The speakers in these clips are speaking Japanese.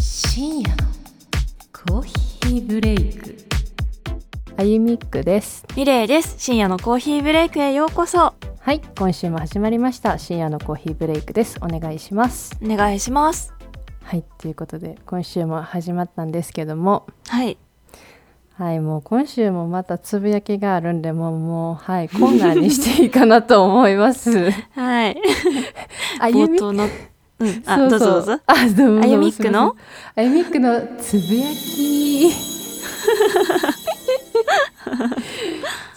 深夜のコーヒーブレイクあゆみっくですミレイです。深夜のコーヒーブレイクへようこそ。はい今週も始まりました深夜のコーヒーブレイクですお願いしますお願いします。はいということで今週も始まったんですけどもはい。はいもう今週もまたつぶやきがあるんでもうもうはいコーナーにしていいかなと思います はい。あゆみ冒っく頭の、うん、あ、そうどそうぞどうぞ。あどうもどうもあゆみっすいくのませんあゆみっくのつぶや き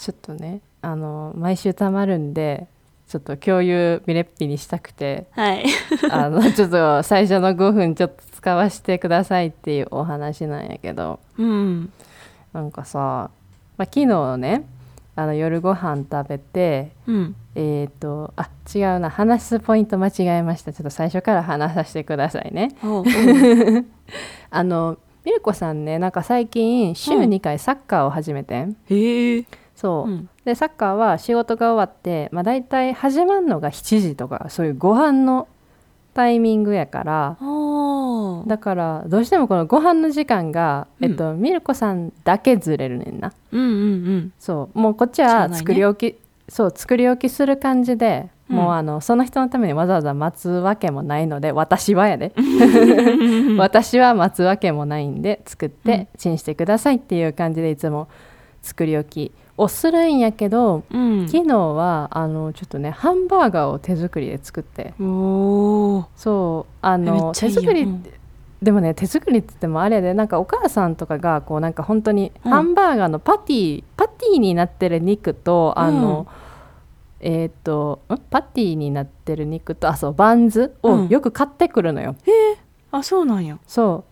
ちょっとねあの毎週たまるんでちょっと共有ミレッピにしたくてはい。あ のちょっと最初の5分ちょっと使わせてくださいっていうお話なんやけどうん。なんかさ、まあ、昨日ねあの夜ご飯食べてうん。えっ、とあ違うな話すポイント間違えましたちょっと最初から話させてくださいねおう。うんあのミルコさんねなんか最近週うん2回サッカーを始めてん、 へえ。そう、うん。でサッカーは仕事が終わって、まあ、大体始まるのが7時とかそういうご飯のタイミングやからおー。だからどうしてもこのご飯の時間が、うんえっと、ミルコさんだけずれるねんなうんうんそうもうこっちしゃあないはね作り置き、そう作り置きする感じで、うんもうあのその人のためにわざわざ待つわけもないので私はやで 私は待つわけもないんで作ってチンしてくださいっていう感じでいつも作り置きをするんやけどうん。昨日はあのちょっとねハンバーガーを手作りで作ってうん。おー。そうあめのっちゃ手いいやん作りうんでもね手作りって言ってもあれでなんかお母さんとかがこうなんか本当にうんハンバーガーのパティ、パティになってる肉とあの、えっ、とんパティになってる肉とあそうバンズうをんよく買ってくるのよ、あ、そうなんや。そ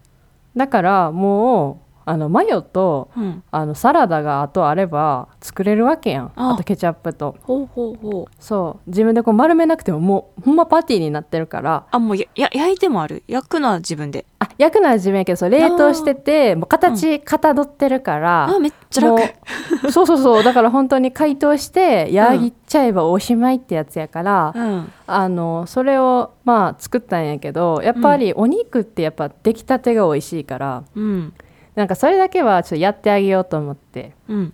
うだからもうあのマヨとうん。あのサラダがあとあれば作れるわけやんああとケチャップとほうほうほう。そう自分でこう丸めなくてももうほんまパティになってるからあ、もうや、や、焼いてもある。焼くのは自分で。あ焼くのは自分やけどそう冷凍しててもう形かたどってるから、あ、めっちゃ楽。もうそうそうそうだから本当に解凍してやぎっちゃえばおしまいってやつやから、うん。あのそれをまあ作ったんやけどやっぱりお肉ってやっぱ出来たてが美味しいからうん。なんかそれだけはちょっとやってあげようと思ってうん。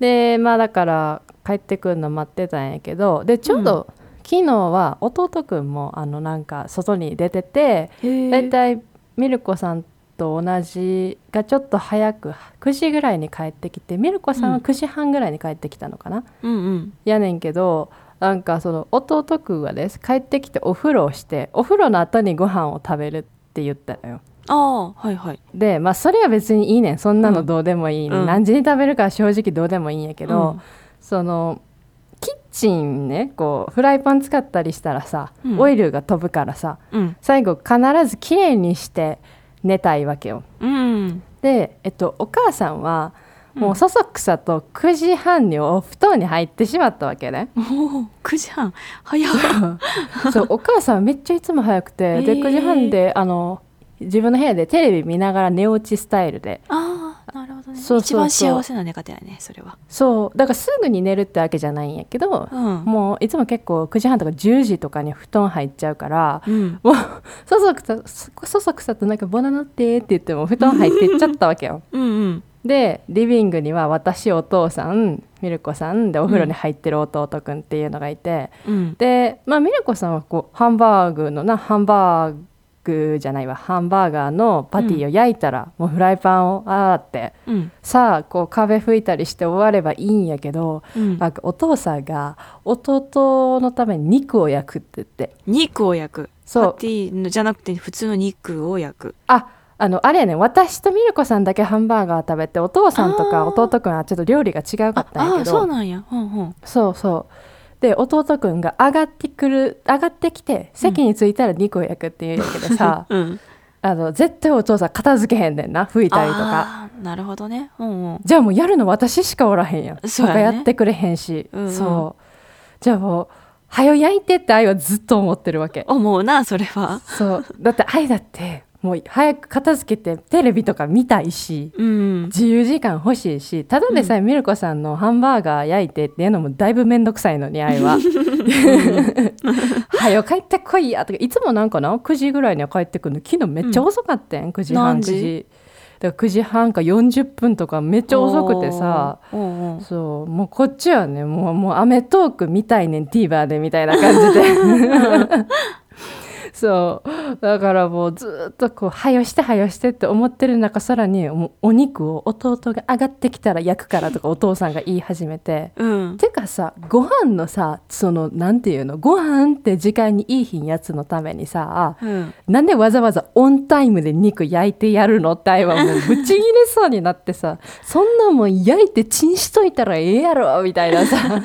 でまあだから帰ってくるの待ってたんやけどでちょうど、昨日は弟くんもあのなんか外に出ててへ大体ミルコさんと同じがちょっと早く9時ぐらいに帰ってきてミルコさんはうん9時半ぐらいに帰ってきたのかな、うんうん。やねんけどなんかその弟くんがです帰ってきてお風呂をしてお風呂の後にご飯を食べるって言ったのよああ、はいはい。でまあそれは別にいいねんそんなのどうでもいいねん、うん何時に食べるかは正直どうでもいいんやけど、そのキッチンねこうフライパン使ったりしたらさ、うんオイルが飛ぶからさうん。最後必ずきれいにして寝たいわけようん。で、えっと、お母さんはもううんそそくさと9時半にお布団に入ってしまったわけ ねおお、9時半。早っ。そうお母さんめっちゃいつも早くて、でへー9時半であの自分の部屋でテレビ見ながら寝落ちスタイルでああなるほどねそうそうそう一番幸せな寝方やねそれはそうだからすぐに寝るってわけじゃないんやけど、うんもういつも結構9時半とか10時とかに布団入っちゃうからうんもうそそくさそそくさとなんかボナナってって言っても布団入ってっちゃったわけようんうんでリビングには私お父さんミルコさんでお風呂に入ってる弟くんっていうのがいて、うんで、まあ、ミルコさんはこうハンバーグのなハンバーグじゃないわハンバーガーのパティを焼いたら、もうフライパンを洗ってうんさあこう壁拭いたりして終わればいいんやけど、うんなんかお父さんが弟のために肉を焼くって言って肉を焼くそうパティのじゃなくて普通の肉を焼くああのあれやね私とミルコさんだけハンバーガー食べてお父さんとかあー弟くんはちょっと料理が違うかあったんあやーけそうどなんやうんうんそうそうで弟くんが上がってくる上がってきて席に着いたら肉を焼くっていうんやけどさ、 うんあの絶対お父さん片付けへんねんな拭いたりとかあーなるほどねうんうんじゃあもうやるの私しかおらへんやんそうやね他やってくれへんし、うんうんそうじゃあもう「はよ焼いて」って愛はずっと思ってるわけ思うなそれはそうだって愛だってもう早く片付けてテレビとか見たいしうん自由時間欲しいしただでさえミルコさんのハンバーガー焼いてっていうのもだいぶ面倒くさいのに愛は「はよ帰ってこいや」とかいつもなんかな9時ぐらいには帰ってくるの昨日めっちゃ遅かったやん、9時半何9時時だから9時半か40分とかめっちゃ遅くてさおーおーそうもうこっちはねもう「もうアメトーク」見たいねん TVer でみたいな感じでそうだからもうずっとこう「はよしてはよして」って思ってる中さらにもうお肉を弟が上がってきたら焼くからとかお父さんが言い始めて。うんてかさご飯のさそのなんていうのご飯って時間にいい日んやつのためにさうんなんでわざわざオンタイムで肉焼いてやるのって愛はもうぶち切れそうになってさそんなもん焼いてチンしといたらええやろみたいなさ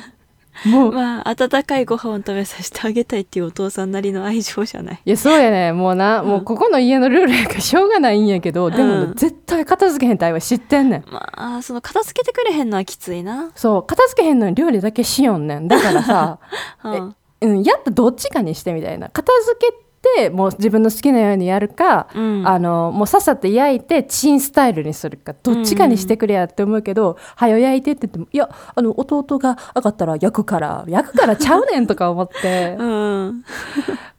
もうまあ温かいご飯を食べさせてあげたいっていうお父さんなりの愛情じゃないいやそうやねもうな、うんもうここの家のルールやからしょうがないんやけどでも、うん絶対片付けへんって愛は知ってんねんまあその片付けてくれへんのはきついなそう片付けへんのに料理だけしよんねんだからさうんうん、やっとどっちかにしてみたいな片付けてもう自分の好きなようにやるか、うんあのもうさっさと焼いてチンスタイルにするかどっちかにしてくれやって思うけど「はよ焼いて」って言っても「いやあの弟が上がったら焼くから焼くからちゃうねん」とか思って うん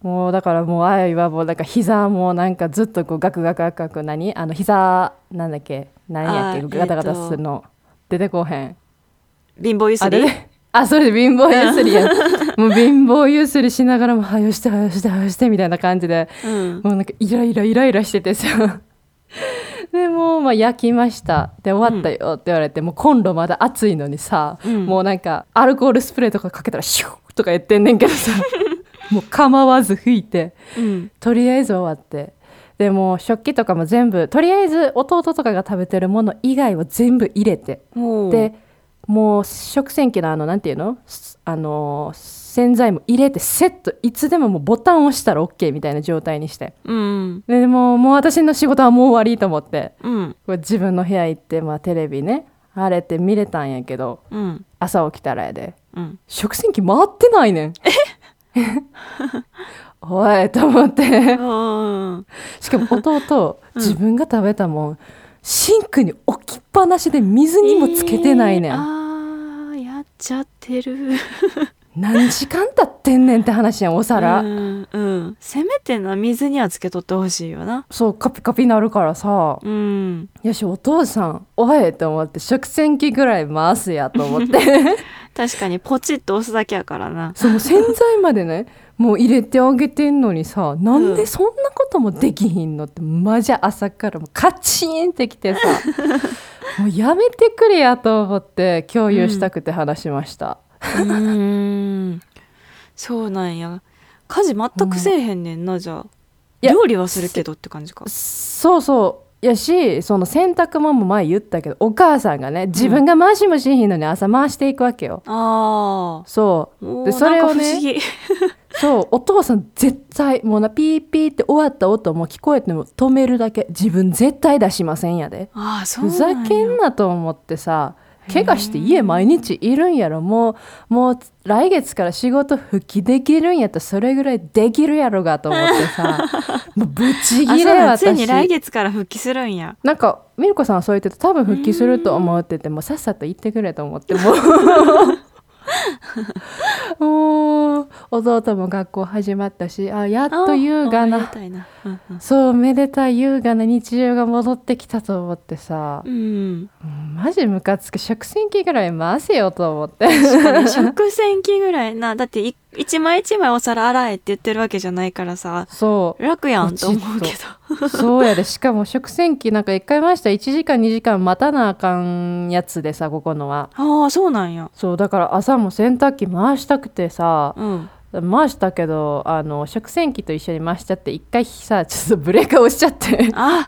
もうだからもうあいはもうなんか膝もなんかずっとこうガクガクガクガク何あの膝なんだっけ何やっあーけガタガタするの、出てこうへん。貧乏ゆすありれねあそれで貧乏ゆすり やもう貧乏ゆすりしながらも「はよしてはよしてはよして」みたいな感じでうんもうなんかイライライライラしててさ でもうまあ焼きましたで終わったよって言われて、もうコンロまだ熱いのにさ、うんもうなんかアルコールスプレーとかかけたらシューとか言ってんねんけど さもう構わず吹いて。 うんとりあえず終わってでもう食器とかも全部とりあえず弟とかが食べてるもの以外は全部入れておーでもう食洗機のあのなんていうのすあのー洗剤も入れてセットいつでももうボタンを押したら OK みたいな状態にしてうんでもうもう私の仕事はもう終わりと思ってうんこう自分の部屋行って、まあ、テレビね晴れて見れたんやけどうん朝起きたらやでうん食洗機回ってないねん おいと思ってうんしかも弟、うん自分が食べたもんシンクに置きっぱなしで水にもつけてないねん、えーあーやっちゃってる何時間経ってんねんって話やんお皿、うん、うん、せめてな水にはつけとってほしいよなそうカピカピなるからさうんよしお父さんおいと思って食洗機ぐらい回すやと思って確かにポチッと押すだけやからなその洗剤までね もう入れてあげてんのにさなんでそんなこともできひんのってマジ朝からもうカチンってきてさもうやめてくれやと思って共有したくて話しました、うん そうなんや家事全くせえへんねんな、じゃあいや料理はするけどって感じかそうそうやしその洗濯物も前言ったけどお母さんがね自分が回しもしひんのに朝回していくわけよ、あそうあおでーそれをねなんか不 思議そうお父さん絶対もうなピーピーって終わった音も聞こえても止めるだけ自分絶対出しませんやでああそうふなざんやけんなと思ってさへ怪ー我して家毎日いるんやろもうもう来月から仕事復帰できるんやったらそれぐらいできるやろがと思って さもうぶちあ切そうれなん私ついに来月から復帰するんやなんかミルコさんはそう言ってた多分復帰すると思うって言ってもうさっさと行ってくれと思 ってもうもう弟も学校始まったしあやっと優雅あーあーやりなたいなうんうんそうめでたい優雅な日常が戻ってきたと思ってさ、うん、うんマジムカつく食洗機ぐらい回せよと思って 確かに食洗機ぐらいなだってい一枚一枚お皿洗えって言ってるわけじゃないからさそう楽やんと思うけポどチそうやでしかも食洗機なんか一回回したら1時間2時間待たなあかんやつでさここのはああそうなんやそうだから朝も洗濯機回したくてさ、うん回したけどあの食洗機と一緒に回しちゃって一回さちょっとブレーカー押しちゃってあ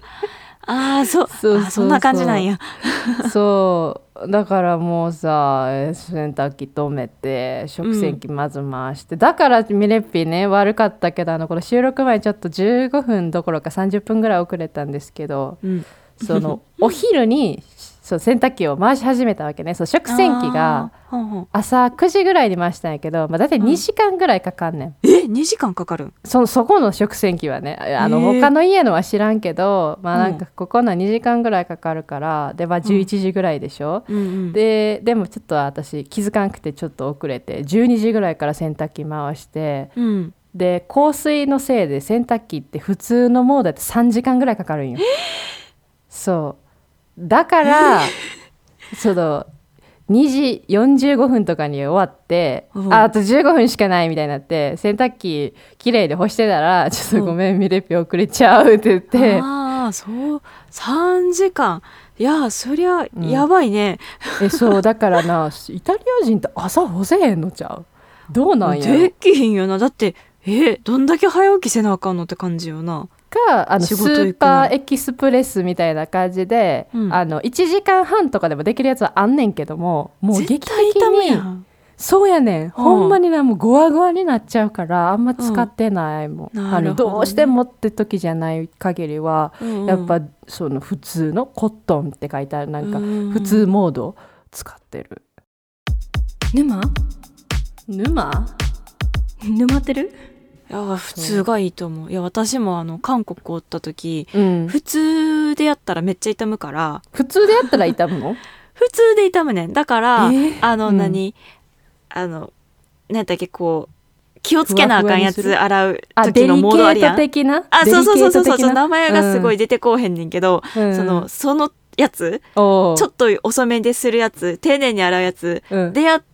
あーそうそうそうそうあそんな感じなんや そうだからもうさえ洗濯機止めて食洗機まず回して、だからミレッピね悪かったけどあのこの収録前ちょっと15分どころか30分ぐらい遅れたんですけど うんそのお昼にそう洗濯機を回し始めたわけねそう食洗機があーほんほん朝9時ぐらいに回したんやけど、まあ、大体うん2時間ぐらいかかんねん、え2時間かかるんそのそこの食洗機はねああのへえ他の家のは知らんけど、まあ、なんかうここのは2時間ぐらいかかるからで、まあ、11時ぐらいでしょ、うんうんででもちょっと私気づかなくてちょっと遅れて12時ぐらいから洗濯機回してうんで香水のせいで洗濯機って普通のモードだって3時間ぐらいかかるんよ。そうだ からその2時45分とかに終わってうんああと15分しかないみたいになって洗濯機綺麗で干してたら「ちょっとごめんミレピ遅れちゃう」って言ってああそう3時間いやそりゃんやばいね、えそうだからなイタリア人って朝干せへんのちゃうどうなんやろできひんよなだってえどんだけ早起きせなあかんのって感じよなかあのス仕事行くのーパーエキスプレスみたいな感じで、うんあの1時間半とかでもできるやつはあんねんけどももう劇絶的対痛むやにんそうやねん、ほんまになもうゴワゴワになっちゃうからあんま使ってないもん、うんあなるのほどねどうしてもって時じゃない限りは、うんうんやっぱその普通のコットンって書いてあるなんかうん普通モードを使ってる、沼沼沼ってるいや普通がいいと思ういや私もあの韓国おった時うん、普通でやったらめっちゃ痛むから普通でやったら痛む の普通で痛むねんだから、えーあのうん何、あの何だっけこう気をつけなあかんやふわふつわ洗うあデリ時ケのモードあるやートん的なあそうそうそうそうそうデリケート的な名前がすごいうん出てこうへんねんけど、うんそのそのやつおうちょっと遅めでするやつ丁寧に洗うやつうんでやって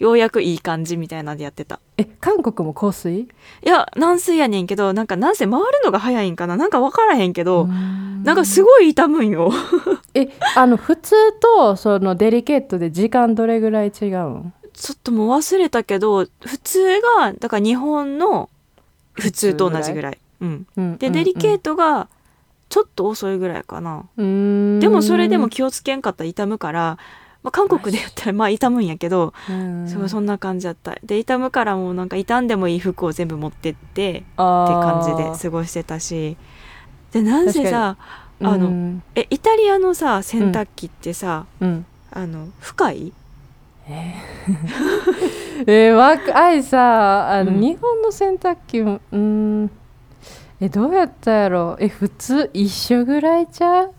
ようやくいい感じみたいなんでやってたえ韓国も香水いや軟水やねんけどなんか軟水回るのが早いんかななんか分からへんけど、ななんかすごい痛むんよえあの普通とそのデリケートで時間どれぐらい違うんちょっともう忘れたけど普通がだから日本の普通と同じぐらいうん、うんで、うんデリケートトがちょっと遅いぐらいかな、ででもそれでも気をつけんかったら痛むから、まあ、韓国でやったらまあ痛むんやけどすごいそんな感じだったで痛むからもうなんか傷んでもいい服を全部持ってってって感じで過ごしてたしでなんせさあののえイタリアのさ洗濯機ってさ、うんあの深いえー、わかあいさあの、うん日本の洗濯機もうーんえどうやったやろうえ普通一緒ぐらいちゃう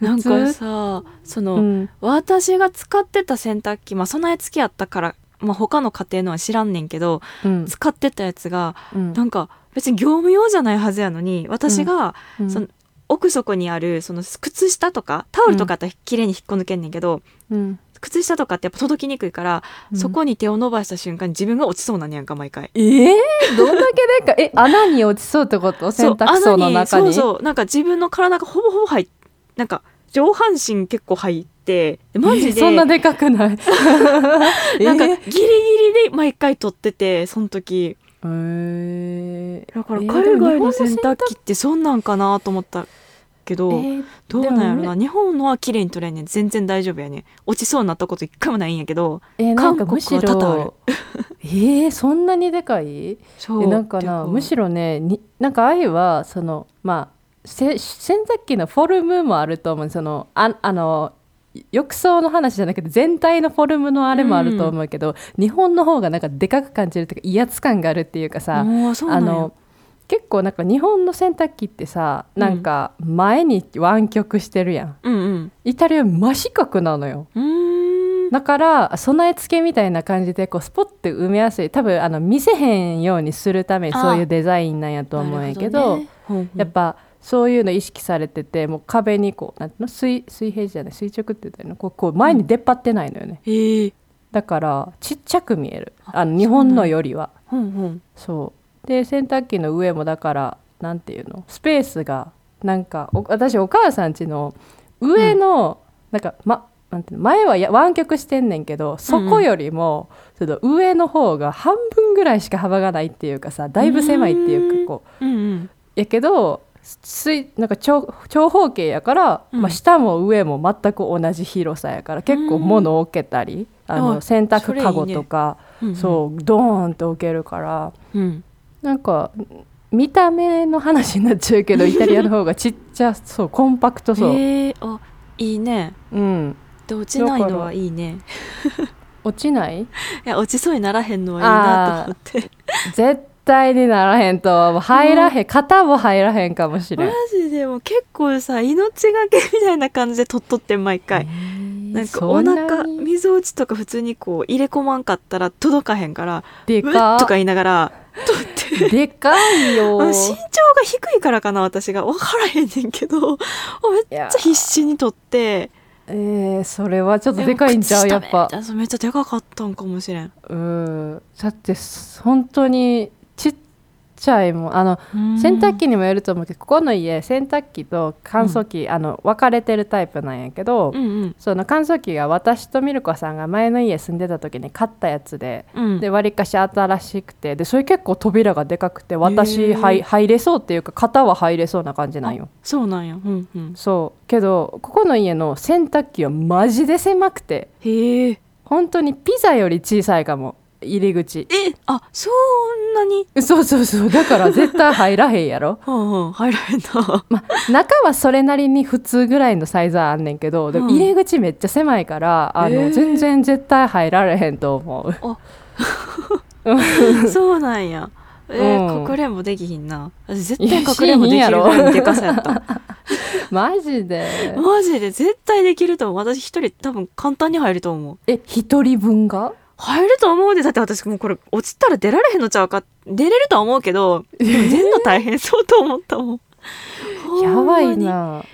な普ん通かさその、うん私が使ってた洗濯機まあ備え付きあったから、まあ、他の家庭のは知らんねんけどうん使ってたやつがうんなんか別に業務用じゃないはずやのに私がうんその奥底にあるその靴下とかタオルとかって綺麗に引っこ抜けんねんけど、うん靴下とかってやっぱ届きにくいから、うんそこに手を伸ばした瞬間に自分が落ちそうなんやんか毎回。えー、どんだけでかえ穴に落ちそうってこと洗濯槽の中そう穴にそうそうなんか自分の体がほぼほぼ入っなんか上半身結構入ってマジで、そんななでかく ないんかえーギリギリで毎回取っててその時えだからえ海ーでも日外本のの洗洗濯濯機ってそんなんかなと思ったけど、ーどうなんやろなでも日本のは綺麗に取れんねん全然大丈夫やねん落ちそうになったこと一回もないんやけどえーなんかむし韓国はろ えー、そんなにでかいそうえなんかなむしろねになんか愛はそのまあせ洗濯機のフォルムもあると思うそのああの浴槽の話じゃなくて全体のフォルムのあれもあると思うけど、日本の方がなんかでかく感じるというか威圧感があるっていうかさ、もうそうなあんやの結構なんか日本の洗濯機ってさうんなんか前に湾曲してるやんうんうんイタリア真四角なのようーんだから備え付けみたいな感じでこうスポッて埋めやすい多分あの見せへんようにするためにあーそういうデザインなんやと思うんやけどなるほねやっぱそういうの意識されててもう壁にこうなんていうの水水平じゃない垂直って言ったらいいのこうこう前に出っ張ってないのよね、へえだからちっちゃく見えるああの日本のよりはほんほんそうで洗濯機の上もだからなんていうのスペースがなんかお私お母さん家の上の、なんか、ま、なんていうの前はや湾曲してんねんけどそこよりも、その上の方が半分ぐらいしか幅がないっていうかさだいぶ狭いっていうかこううんうんやけど水なんか長長方形やから、うんまあ、下も上も全く同じ広さやから結構物置けたりあのあ洗そ濯れいいかごねとかうんうんそうドーンと置けるから。うんなんか見 た目の話になっちゃうけどイタリアの方がちっちゃそうコンパクトそう、へえあいいねうんで落ちないのはいいね落ちないいや落ちそうにならへんのはいいなと思って絶対にならへんと入らへん型も入らへんかもしれんマジでもう結構さ命がけみたいな感じで取っとってん毎回、なんかお腹みぞおちとか普通にこう入れ込まんかったら届かへんからでうっとかか言いながら取っていでかい よあの身長が低いからかな私が分からへんねんけど めっちゃ必死に取ってえー、それはちょっとでかいんちゃうでやもっ靴下ぱめっちゃめっちゃでかかったんかもしれんうんだって本当にちっちゃいもんあの洗洗濯機にもよると思うけどここの家洗濯機と乾燥機、あの分かれてるタイプなんやけど、うんうんその乾燥機が私とミルコさんが前の家住んでた時に買ったやつで。うんでわりかし新しくてでそれ結構扉がでかくてへ私えはい入れそうっていうか型は入れそうな感じなんよそうなんやうんうんそうけどここの家の洗濯機はマジで狭くてへえ本当にピザより小さいかも入り口えあそんなにそうそうそうだから絶対入らへんやろ はあ、はあ、入らへんなまあ中はそれなりに普通ぐらいのサイズはあんねんけどでもうん入り口めっちゃ狭いからあへえの全然絶対入られへんと思うそうなんやえーうん隠れもできひんな私い絶や対隠れもできるぐらいのでかさやったマジでマジで絶対できると思う私一人多分簡単に入ると思うえ一人分が入ると思うでだって私もうこれ落ちたら出られへんのちゃうか出れるとは思うけどでも出んの大変そうと思った もんやばほいんまなほんまに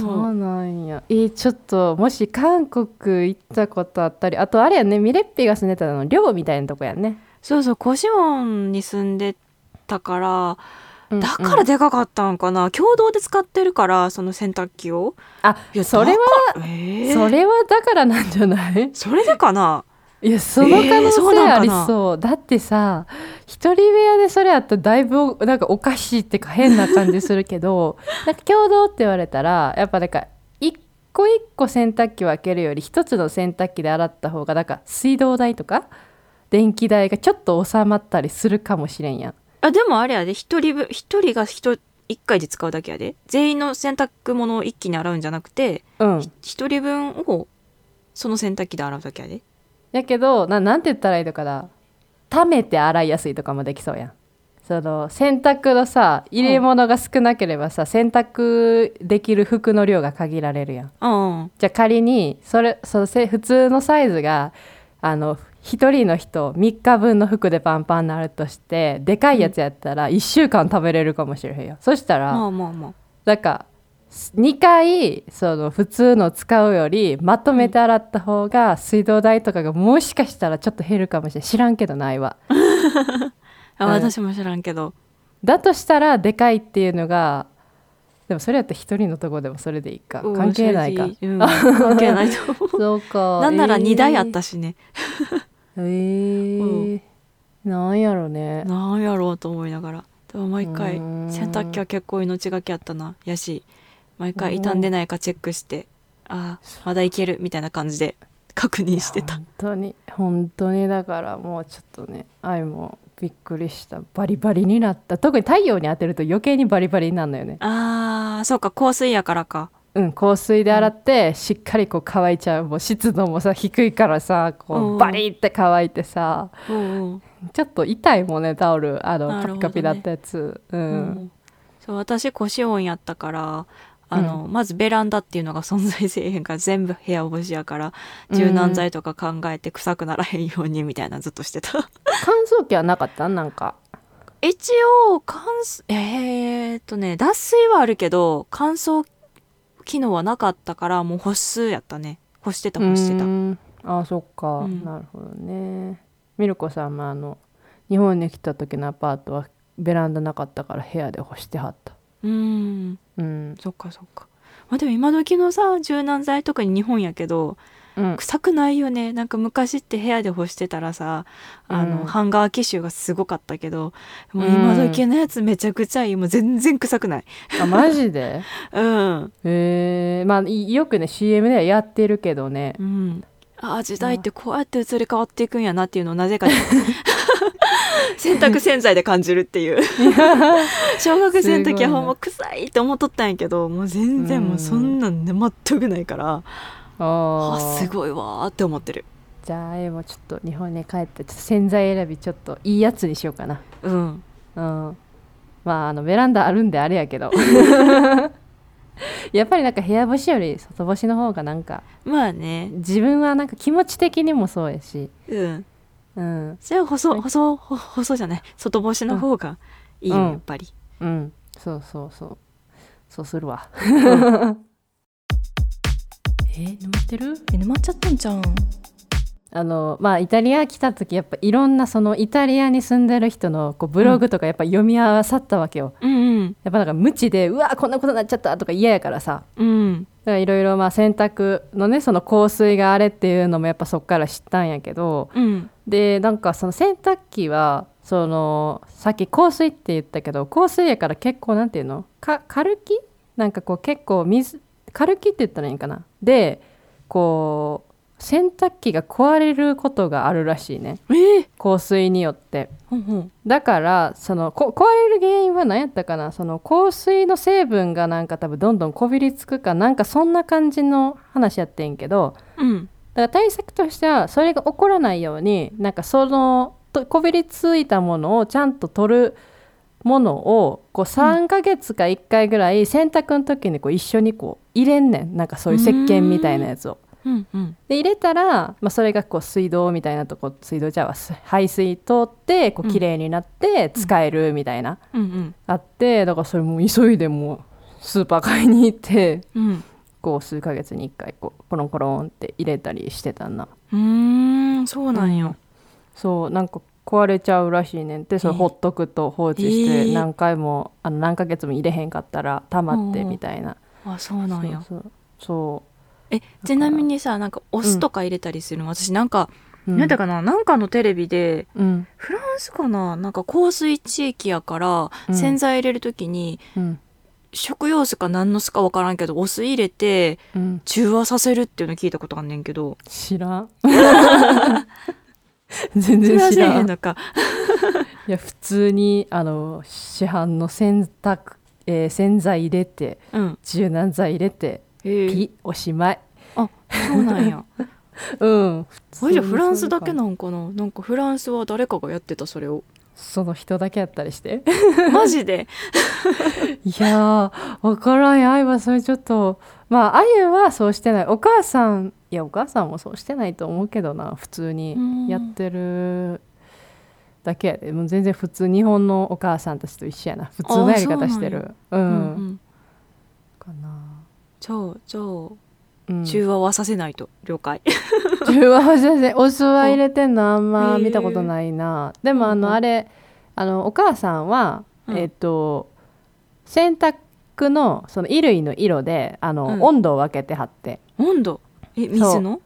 そうなんやえちょっともし韓国行ったことあったりあとあれやねミレッピが住んでたの寮みたいなとこやねにそうそうコシオンに住んでたからうんだからでかかったんかな、共同で使ってるからその洗濯機をあいやそれはだからえーそれはだからなんじゃないそれでかないやその可え能ーそうなん性かなありそう,、だってさ一人部屋でそれやったらだいぶなんかおかしいってか変な感じするけど なんか共同って言われたらやっぱなんか一個一個洗濯機を開けるより一つの洗濯機で洗った方がなんか水道代とか電気代がちょっと収まったりするかもしれんやんあでもあれやで一人分一人が一一回で使うだけやで全員の洗濯物を一気に洗うんじゃなくてうん一人分をその洗濯機で洗うだけやでやけどななんて言ったらいいのかな溜めて洗いやすいとかもできそうやんその洗濯のさ入れ物が少なければさ、洗濯できる服の量が限られるやんうんじゃあ仮にそれそのせ普通のサイズがあの1人の人3日分の服でパンパンになるとしてでかいやつやったら1週間食べれるかもしれへんよそしたら、まあまあまあなんか2回その普通の使うよりまとめて洗った方が水道代とかがもしかしたらちょっと減るかもしれない知らんけどないわあ、うん私も知らんけどだとしたらでかいっていうのがでもそれやったら1人のとこでもそれでいいかうん関係ないか正直うん関係ないと 思うそうか なんなら2台あっへたしね、えーなんやろねなんやろうと思いながらでも毎回うん洗濯機は結構命がけやったなやし毎回傷んでないかチェックしてあーまだいけるみたいな感じで確認してた本当に本当にだからもうちょっとね愛もびっくりしたバリバリになった特に太陽に当てると余計にバリバリになるのよねあーそうか香水やからかうん、香水で洗って、しっかりこう乾いちゃうもう湿度もさ低いからさうこんうバリって乾いてさうんうんちょっと痛いもんねタオルあの、なカるほどピカピねだったやつ、う、うんんそう私腰音やったからあの、まずベランダっていうのが存在せえへんから全部部屋干しやから柔軟剤とか考えて臭くならへんようにみたいなずっとしてた乾燥機はなかったなんか 一応乾燥えー、っとね脱水はあるけど乾燥機能はなかったからもう保湿やったね干してた干してたうんあそっか、うんなるほどねミルコさんもあの日本に来た時のアパートはベランダなかったから部屋で干してはったうんうん、そっかそっかまあでも今時のさ柔軟剤とかに日本やけどうん、臭くないよねなんか昔って部屋で干してたらさあの、うんハンガー機種がすごかったけどもううん今時のやつめちゃくちゃいいもう全然臭くないあマジで うん、えー、まあいよくね CM ではやってるけどね うん、ああ時代ってこうやって移り変わっていくんやなっていうのをなぜかに洗濯洗剤で感じるっていう 小学生の時はほんま臭いって思っとったんやけどもう全然もうそんなんね全くないから、ああすごいわーって思ってるじゃあえもちょっと日本に帰ってちょっと洗剤選びちょっといいやつにしようかなうんうんまああのベランダあるんであれやけど やっぱりなんか部屋干しより外干しの方がなんかまあね自分はなんか気持ち的にもそうやしうんうんそれは細細ほ細じゃない外干しの方がいいよ、うんやっぱりうんそうそうそうそうする わえー、沼ってるえ沼っちゃったんじゃんあのまあイタリア来た時やっぱいろんなそのイタリアに住んでる人のこうブログとかやっぱ読み合わさったわけよ、うんうんやっぱなんか無知でうわこんなことになっちゃったとか嫌やからさうんだからいろいろまあ洗濯のねその香水があれっていうのもやっぱそっから知ったんやけどうんでなんかその洗濯機はそのさっき香水って言ったけど香水やから結構なんていうのか軽きなんかこう結構水軽きって言ったらいいんかなでこう洗濯機が壊れることがあるらしいねえー、香水によってほんほんだからそのこ壊れる原因は何やったかなその香水の成分がなんか多分どんどんこびりつくかなんかそんな感じの話やってんけどうんだから対策としてはそれが起こらないようになんかそのとこびりついたものをちゃんと取るものをこう3ヶ月か1回ぐらい洗濯の時にこう一緒にこう入れんねんなんかそういう石鹸みたいなやつを。うんうんで入れたら、まあ、それがこう水道みたいなとこ水道じゃあ排水通ってこううん綺麗になって使えるみたいな、うんあってだからそれもう急いでもうスーパー買いに行ってうんこう数ヶ月に1回こうコロンコロンって入れたりしてたなうんうーんそうなんよ、そうなんか壊れちゃうらしいねんってそれえーほっとくと放置しえてー何回も、あの何ヶ月も入れへんかったら溜まってうんうんみたいな、あそうなんよそうそうえちなみにさなんかお酢とか入れたりするの、私なんか、そうなんだかななんかのテレビでうんフランスかななんか香水地域やから、うん洗剤入れるときにうん食用酢か何の酢かわからんけどお酢入れてうん中和させるっていうの聞いたことあんねんけど知らん 全そ然れは知せえらへんんいのかや普通にあの市販の洗濯、えー洗剤入れてうん柔軟剤入れてへえピおしまいそうな んやうん普通あにれじゃあフランスだそけういう感なんかななんかフランスは誰かがやってたそれを じその人だけやったりしてマジでいやー分からんやあゆはそれちょっとまああゆはそうしてないお母さんいやお母さんもそうしてないと思うけどな普通にうんやってるだけやでもう全然普通日本のお母さんたちと一緒やな普通のやり方してるう、うんんかな、じゃあじゃあうん、中和はさせないと、了解中和先生お酢は入れてんのあんま見たことないな、でもあうのんあれあのお母さんは、うんえっ、と洗濯のその衣類の色であの、うん温度を分けて貼って温度え水の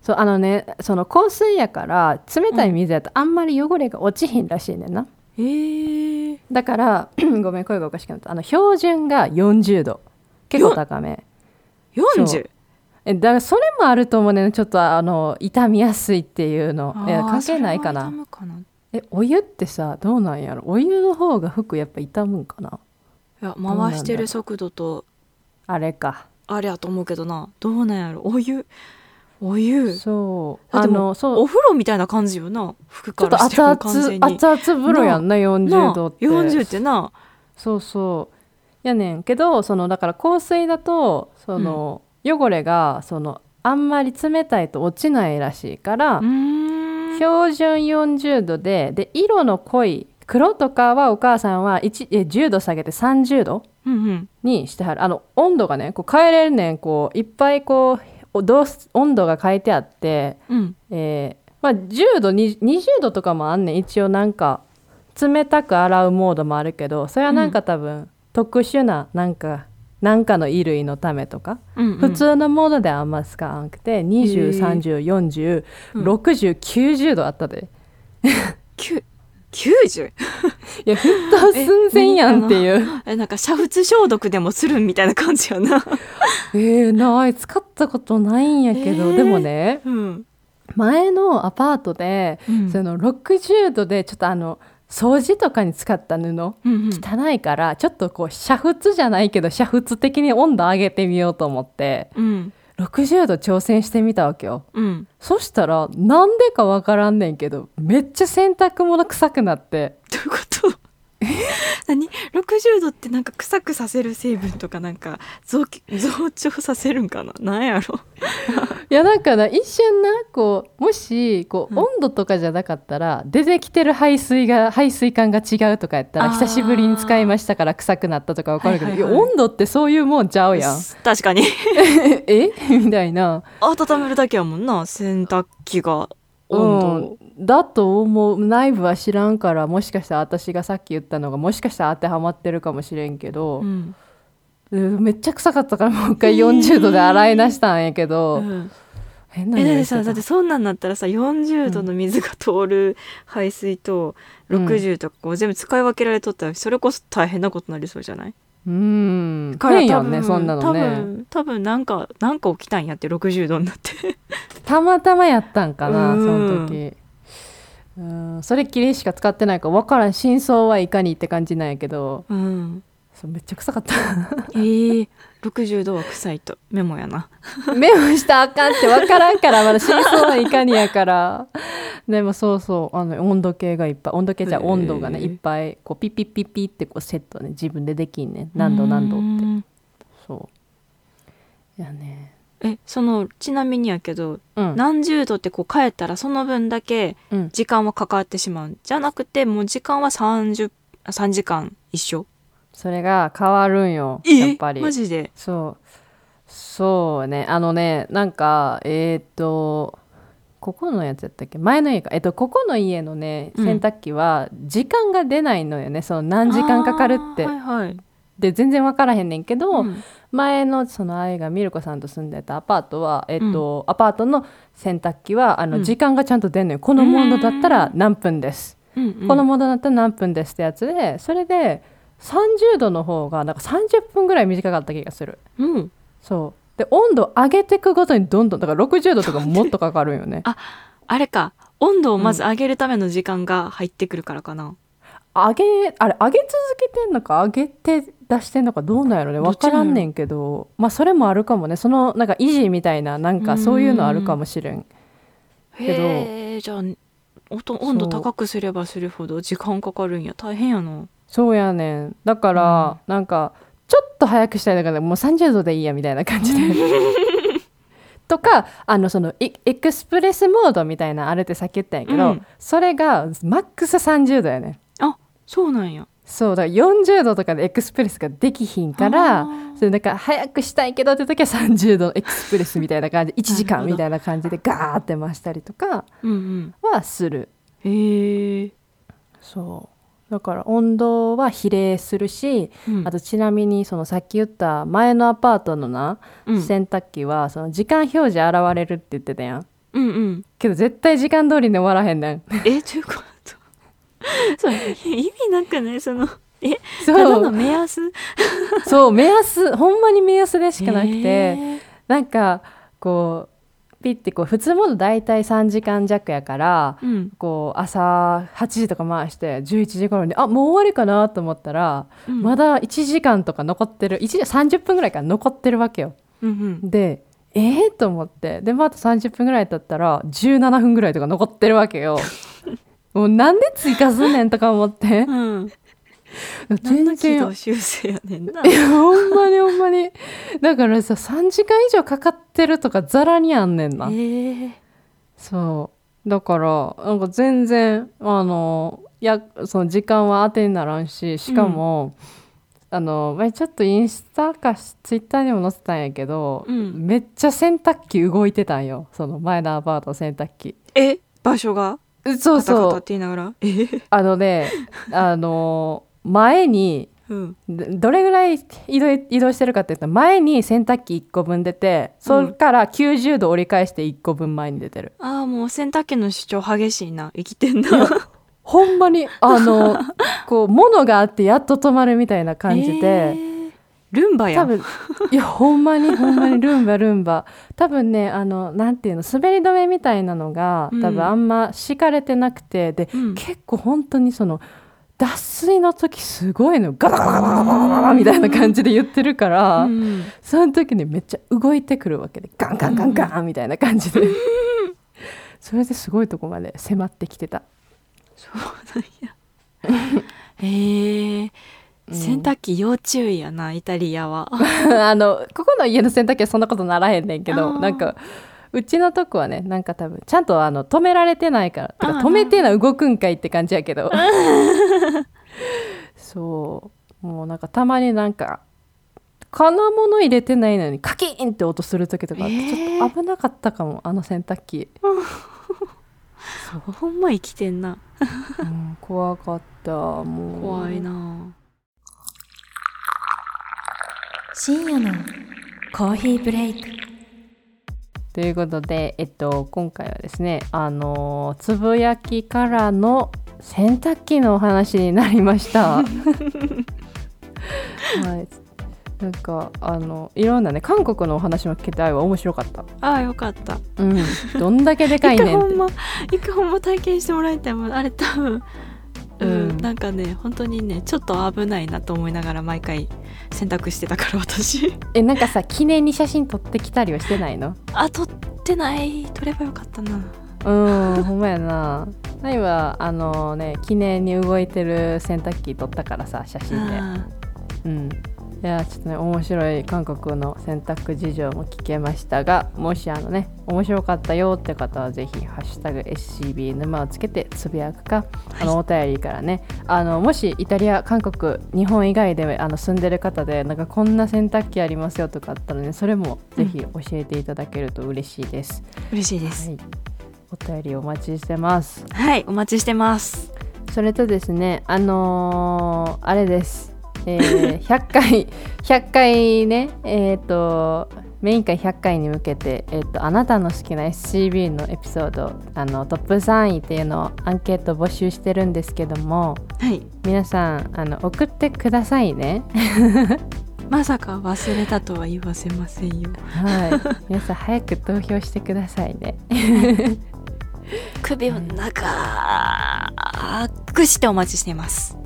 そうあのねその香水やから冷たい水やとあんまり汚れが落ちひんらしいねんな、えー、だから ごめん声がおかしくなったあの標準が40度結構高め 40? そうえだからそれもあると思うねんちょっとあの傷みやすいっていうのいやあー関係ないかなそれは痛むかないえお湯ってさどうなんやろお湯の方が服やっぱ傷むんかなやうなんだ回してる速度とあれかあれやと思うけどなどうなんやろお湯お湯そうああでものそおう風呂みたいな感じよな服ちょかっとらして熱も々完全に熱々風呂やんな40度ってなあ40ってなそうそうやねんけどそのだから香水だとその、汚れがそのあんまり冷たいと落ちないらしいから、うーん標準40度でで色の濃い黒とかはお母さんは1え10度下げて30度うんうんにしてはるあの温度がねこう変えれるねんこういっぱいこうおどうす温度が変えてあって、うんえーまあ、10度に20度とかもあんねん一応なんか冷たく洗うモードもあるけどそれはなんか多分、特殊ななんかなんかの衣類のためとか、うんうん普通のモードではあんま使わなくてへー2030406090、うん90度あったできゅ 90? いや沸騰寸前やんっていう えなんか煮沸消毒でもするみたいな感じやなえー、ない使ったことないんやけど、えーでもねうん前のアパートで、うんその60度でちょっとあの掃除とかに使った布汚うんうんいからちょっとこう煮沸じゃないけど煮沸的に温度上げてみようと思ってうん60度挑戦してみたわけようんそしたらなんでかわからんねんけどめっちゃ洗濯物臭くなってどういうこと 何60度ってなんか臭くさせる成分とかなんか増増長させるんかななんやろいやなんかな一瞬なこうもしこう、うん温度とかじゃなかったら出てきてる排水が排水管が違うとかやったあらー久しぶりに使いましたから臭くなったとかわかるけど、はいいはいはいや温度ってそういうもんちゃうや ん確かにえみたいな、温めるだけやもんな洗濯機が温度を、うんだと思う内部は知らんからもしかしたら私がさっき言ったのがもしかしたら当てはまってるかもしれんけど、うんうんめっちゃ臭かったからもう一回40度で洗い出したんやけうど、ん変なえだっ匂ていしてさだってそんなんなったらさ40度の水が通る排水とうん60とかこう全部使い分けられとったらそれこそ大変なことになりそうじゃないうんから変やんねそんな多のね。分多分なんかなんか起きたんやって60度になってたまたまやったんかなうそんの時うんそれっきりしか使ってないから分からん真相はいかにって感じなんやけどうんそうめっちゃ臭かった えー、60度は臭いとメモやな 目をしたらあかんって分からんからまだ真相はいかにやからでもそうそうあの温度計がいっぱい温度計じゃへあえ温度がねいっぱいこうピッピッピッピッってこうセットね自分でできんね何度何度ってっそういやねてえそのちなみにやけどうん何十度ってこう変えたらその分だけうん時間はかかってしまうんじゃなくてもう時間は30あ3時間一緒それが変わるんよえやっぱりマジでそうそうねあのねなんかえーっ、とここのやつやったっけ前の家かえっとここの家のねうん洗濯機は時間が出ないのよね、その何時間かかるって、あーはいはいで全然分からへんねんけど、うん前のその愛がミルコさんと住んでたアパートは、えっとアパートの洗濯機はあうんの時間がちゃんと出んのよ、このモードだったら何分です、うんうんこのモードだったら何分ですってやつでそれで30度の方がなんか30分ぐらい短かった気がするうんそうで温度上げていくごとにどんどんだから60度とかもっとかかるんよねああれか温度をまず上げるための時間が入ってくるからかな、上げあれ上げ続けてんのか上げて出してんのかどうなんやろねどっ分ちかなんやろらんねんけどまあそれもあるかもねそのなんか維持みたいななんかそういうのあるかもしれんけどへえじゃあ音温度高くすればするほど時間かかるんや大変やなそうやねんだからなんかちょっと早くしたいだからもう30度でいいやみたいな感じ で。とかあのそのエエクスプレスモードみたいなあれってさっき言ったんやけど、うんそれがマックス30度やねんあそうなんやそうだから40度とかでエクスプレスができひんかあらーそれなんか早くしたいけどって時は30度エクスプレスみた いな感じ1時なる間ほどみたいな感じでガーって回したりとかうんはするうんへえ、そうだから温度は比例するし、うんあとちなみにそのさっき言った前のアパートのな、うん洗濯機はその時間表示現れるって言ってたやんうん うんけど絶対時間通りに終わらへんねんえということそう意味なくないそのえただ そのう目安 そう目安ほんまに目安でしかなくて。へえなんかこうピッてこう普通モード大体3時間弱やから、うんこう朝8時とか回して11時頃にあもう終わりかなと思ったら、うんまだ1時間とか残ってる1時30分ぐらいから残ってるわけよ。うんうんでえー、と思ってでまた30分ぐらい経ったら17分ぐらいとか残ってるわけ よ。もうなんで追加すんねんとか思ってうん、 何全の軌然道修正やねんないやほんまにほんまにだからさ3時間以上かかってるとかざらにあんねんな。ええそうだからなんか全然あのいやその時間は当てにならんししかも、あの前ちょっとインスタかツイッターにも載せたんやけど、うんめっちゃ洗濯機動いてたんよその前のアパートの洗濯機。え場所がうそうカタカタそっうて言いながらええあのねあの前にうんどどれぐらい移動移動してるかっていうと前に洗濯機1個分出てそれから90度折り返して1個分前に出てる。ああもう洗濯機の主張激しいな生きてんなほ んまにあのこう物があってやっと止まるみたいな感じで、えールンバや多ん分いやほんまにほんまにルンバルンバ多分ねあのなんていうの滑り止めみたいなのがうん多分あんま敷かれてなくてで、うん結構本当にその脱水の時すごいのよガタガタガタガタガタガタみたいな感じで言ってるから、 うんその時にめっちゃ動いてくるわけでガンガンガンガンみたいな感じで、それですごいとこまで迫ってきてた、そうなんやへえうん洗濯機要注意やなイタリアは あのここの家の洗濯機はそんなことならへんねんけあどーなんかうちのとこはねなんか多分ちゃんとあの止められてないからてかあー止めてない動くんかいって感じやけど そうもうなんかたまになんか金物入れてないのにカキーンって音する時とかあって、えーちょっと危なかったかもあの洗濯機、ほんま生きてんなうん怖かったもう怖いな深夜のコーヒーブレイクということで、えっと、今回はですねあのーつぶやきからの洗濯機のお話になりま した。はい、なんかあのいろんなね韓国のお話も聞けてあいは面白かった。ああよかったうん、どんだけでかい一ねんっ回ほてん。ま一回ほんま体験してもらいたいもんあれ多分うん、うんなんかね本当にねちょっと危ないなと思いながら毎回洗濯してたから私えなんかさ記念に写真撮ってきたりはしてないの あ撮ってない撮ればよかったなうんほんまやな。ナイはあのね記念に動いてる洗濯機撮ったからさ写真で。あうん、いやちょっとね面白い韓国の洗濯事情も聞けましたがもしあのね面白かったよって方はぜひハッシュタグ SCB 沼をつけてつぶやくか、あのお便りからねあのもしイタリア韓国日本以外であの住んでる方でなんかこんな洗濯機ありますよとかあったらねそれもぜひ教えていただけると嬉しいです、嬉しいですはい、お便りお待ちしてますはいお待ちしてますそれとですねあのーあれです、えー 100回100回ねえっ、とメイン会100回に向けて、えー、とあなたの好きな SCB のエピソードあのトップ3位っていうのをアンケート募集してるんですけどもはい皆さんあの送ってくださいねまさか忘れたとは言わせませんよはい 皆さん早く投票してくださいね首を長くしてお待ちしています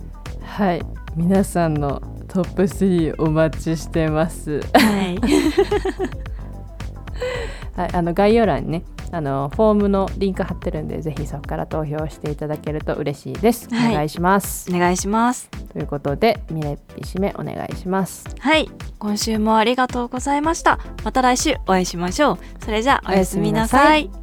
はい皆さんのトップ3お待ちしてますはいはい、あの概要欄にねあのフォームのリンク貼ってるんでぜひそこから投票していただけると嬉しいです。はいお願いします、 お願いしますということでミレッピ締めお願いします。はい今週もありがとうございましたまた来週お会いしましょうそれじゃあおやすみなさおいやすみな